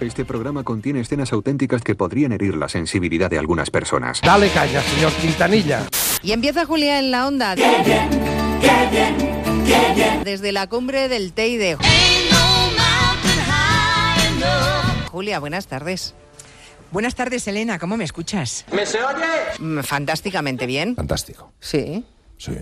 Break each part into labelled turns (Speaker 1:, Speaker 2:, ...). Speaker 1: Este programa contiene escenas auténticas que podrían herir la sensibilidad de algunas personas.
Speaker 2: Dale caña, señor Quintanilla.
Speaker 3: Y empieza Julia en la onda. Desde la cumbre del Teide. Julia, buenas tardes.
Speaker 4: Buenas tardes, Elena. ¿Cómo me escuchas?
Speaker 3: Mm, Fantásticamente bien.
Speaker 5: Fantástico.
Speaker 3: Sí.
Speaker 5: Sí.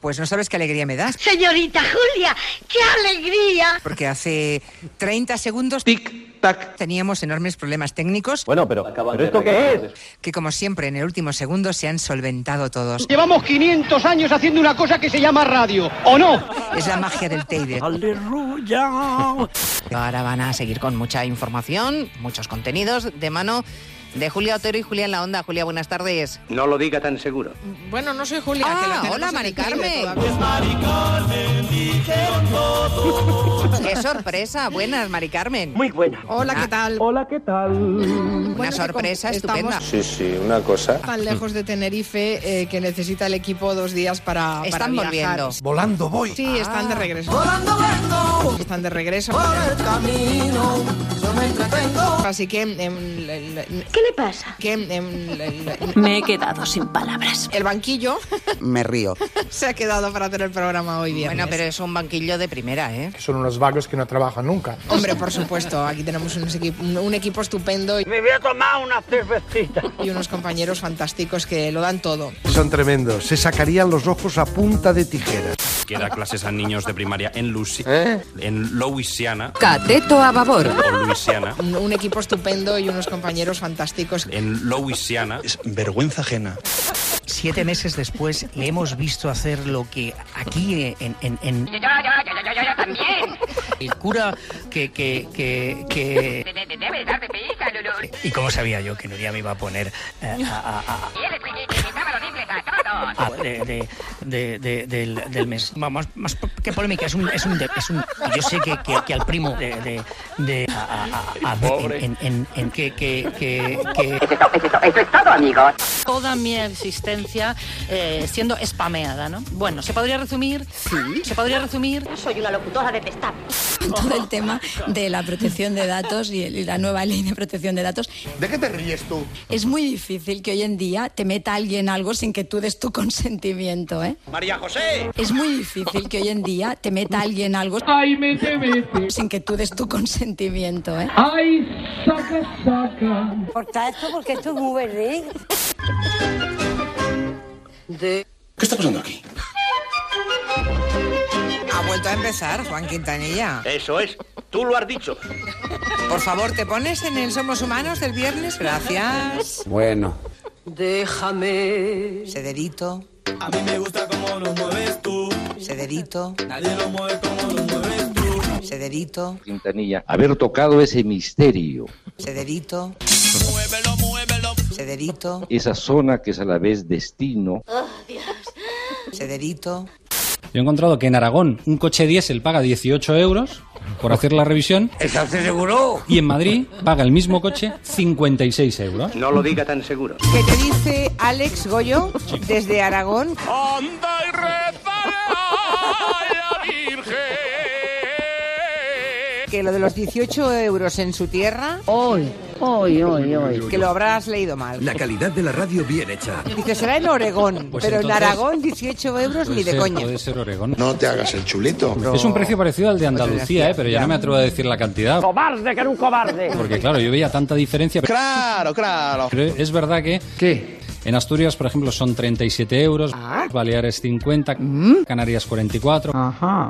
Speaker 4: Pues no sabes qué alegría me das,
Speaker 6: Señorita Julia, qué alegría.
Speaker 4: porque hace 30 segundos
Speaker 7: Tic, tac.
Speaker 4: teníamos enormes problemas técnicos
Speaker 8: Bueno, pero, ¿pero esto qué es?
Speaker 4: que, como siempre, en el último segundo se han solventado todos.
Speaker 7: Llevamos 500 años haciendo una cosa que se llama radio, ¿o no?
Speaker 4: Es la magia del Teide.
Speaker 3: Ahora van a seguir con mucha información, muchos contenidos de mano de Julia Otero y Julia en la onda. Julia, buenas tardes.
Speaker 8: No lo diga tan seguro.
Speaker 9: Bueno, no soy Julia. que la
Speaker 3: Ah,
Speaker 9: tenemos
Speaker 3: hola,
Speaker 9: en
Speaker 3: Mari
Speaker 9: el Twitter
Speaker 3: Carmen.
Speaker 9: todavía.
Speaker 3: Qué sorpresa. Buenas, Mari Carmen.
Speaker 8: Muy buena.
Speaker 9: Hola, ¿qué tal?
Speaker 3: Una
Speaker 9: Bueno, que
Speaker 3: sorpresa
Speaker 9: como
Speaker 3: estupenda.
Speaker 9: estamos-
Speaker 5: Sí, sí, una cosa.
Speaker 9: Tan lejos de Tenerife eh, que necesita el equipo dos días para. para
Speaker 3: Están
Speaker 9: viajar.
Speaker 3: volviendo.
Speaker 2: Volando voy.
Speaker 9: Sí, están de regreso. Están de regreso. Así que. em, le- le-
Speaker 6: ¿Qué le pasa?
Speaker 9: que, em, le- le-
Speaker 10: Me he quedado sin palabras.
Speaker 9: el banquillo
Speaker 4: Me río.
Speaker 9: se ha quedado para hacer el programa hoy viernes.
Speaker 3: Bueno, pero es un banquillo de primera, ¿eh?
Speaker 2: Son unos vagos que no trabajan nunca.
Speaker 9: Hombre, por supuesto, aquí tenemos unos equi- un, un equipo estupendo y
Speaker 8: Me voy a tomar una cervecita.
Speaker 9: y unos compañeros fantásticos que lo dan todo.
Speaker 2: Son tremendos. Se sacarían los ojos a punta de tijera.
Speaker 11: que da clases a niños de primaria en, Luci-
Speaker 5: ¿Eh?
Speaker 11: en Louisiana
Speaker 4: Cateto a babor.
Speaker 11: o Luisiana.
Speaker 9: Un, un equipo estupendo y unos compañeros fantásticos.
Speaker 11: En Louisiana.
Speaker 4: Siete meses después le hemos visto hacer lo que aquí eh, en... en- en- El cura que... que, que, que- Y cómo sabía yo que Nuria me iba a poner eh, a- a- a- Ah, de- de- de- de- del, del mes. Vamos, más que polémica, es un, es un, de- es un- yo sé que, que, que al primo de, de, de- a- a- a- a- en, en- en- en- que, que, que, que-
Speaker 10: Toda mi existencia eh, siendo spameada, ¿no? Bueno, se podría resumir. Sí. Se podría resumir.
Speaker 6: Soy una locutora detestable.
Speaker 10: Todo el tema de la protección de datos y, la nueva ley de protección de datos.
Speaker 2: ¿De qué te ríes tú?
Speaker 10: Es muy difícil que hoy en día te meta alguien algo sin que tú des tu consentimiento, ¿eh?
Speaker 8: María José.
Speaker 10: Es muy difícil que hoy en día te meta alguien algo sin que tú des tu consentimiento, ¿eh?
Speaker 6: Corta esto porque esto es muy verde.
Speaker 8: ¿Qué está pasando aquí?
Speaker 4: Ha vuelto a empezar, Juan Quintanilla.
Speaker 8: Eso es. Tú lo has dicho.
Speaker 4: Por favor, ¿te pones en el Somos Humanos del viernes? Gracias.
Speaker 5: Bueno.
Speaker 6: Déjame.
Speaker 4: Se dedito. A mí me gusta cómo nos mueves tú. Se dedito. Nadie lo mueve como nos mueves tú. Se dedito.
Speaker 8: Quintanilla, haber tocado ese misterio,
Speaker 4: Se dedito. Se dedito.
Speaker 8: esa zona que es a la vez destino.
Speaker 4: Se dedito.
Speaker 11: Yo he encontrado que en Aragón un coche diésel paga 18 euros por hacer la revisión
Speaker 5: ¿Estás seguro?
Speaker 11: y en Madrid paga el mismo coche 56 euros.
Speaker 8: No lo diga tan seguro.
Speaker 9: ¿Qué te dice Alex Goyo desde Aragón?
Speaker 11: Anda y la Virgen.
Speaker 9: Que lo de los 18 euros en su tierra,
Speaker 6: Hoy, hoy, hoy, hoy.
Speaker 9: que lo habrás leído mal.
Speaker 1: La calidad de la radio bien hecha.
Speaker 9: Dice, será en Oregón,
Speaker 11: Pues
Speaker 9: pero en
Speaker 11: entonces-
Speaker 9: Aragón 18 euros ni de coña.
Speaker 11: Puede ser Oregón.
Speaker 2: No te hagas el chulito.
Speaker 11: Es un precio parecido al de Andalucía, ¿eh? pero ya no me atrevo a decir la cantidad. ¡Cobarde, que era un cobarde! Porque claro, yo veía tanta diferencia.
Speaker 7: Claro, claro.
Speaker 11: Pero es verdad que...
Speaker 7: ¿Qué?
Speaker 11: En Asturias, por ejemplo, son 37 euros, Baleares 50, Canarias 44,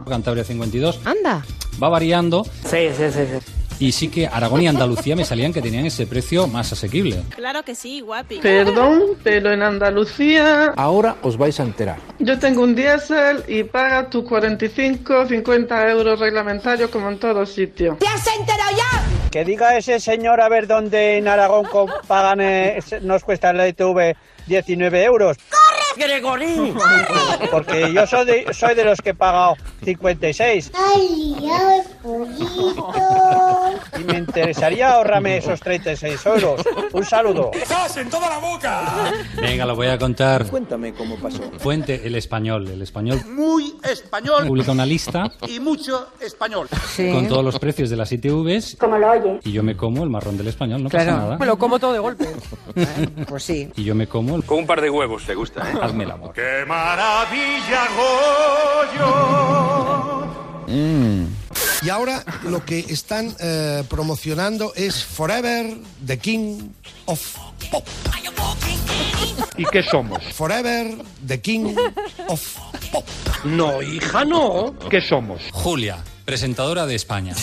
Speaker 11: Cantabria 52.
Speaker 9: Anda.
Speaker 11: Va variando. Sí, sí, sí, Y sí que Aragón y Andalucía me salían que tenían ese precio más asequible.
Speaker 10: Claro que sí, guapi.
Speaker 7: Perdón, pero en Andalucía
Speaker 5: Ahora os vais a enterar.
Speaker 7: yo tengo un diésel y paga tus 45, 50 euros reglamentarios como en todo sitio.
Speaker 6: ¿Te has enterado ya?
Speaker 8: Que diga ese señor a ver dónde en Aragón co- pagan, eh, nos cuesta la ITV 19 euros.
Speaker 4: Gregorín.
Speaker 8: Porque yo soy de, soy de los que he pagado 56.
Speaker 6: Ay, ya, pollito.
Speaker 8: y me interesaría ahorrarme esos 36 euros. Un saludo.
Speaker 5: en toda la boca!
Speaker 11: Venga, lo voy a contar.
Speaker 5: Cuéntame cómo pasó.
Speaker 11: Fuente, el español. El español
Speaker 5: Muy español
Speaker 11: publica una lista
Speaker 5: y mucho español.
Speaker 11: con todos los precios de las ITVs
Speaker 6: Como lo oye.
Speaker 11: y yo me como el marrón del español, no pasa Pues nada.
Speaker 12: Me lo como todo de golpe.
Speaker 11: Pues sí. Y yo me como el...
Speaker 5: Con un par de huevos. ¿Te gusta? eh?
Speaker 11: Hazme el amor.
Speaker 5: ¡Qué maravilla, Goyo!
Speaker 2: Y ahora lo que están eh, promocionando es Forever the King of Pop.
Speaker 5: ¿Y qué somos?
Speaker 2: Forever the King of Pop.
Speaker 11: No, hija, no. ¿Qué somos? Julia, presentadora de España.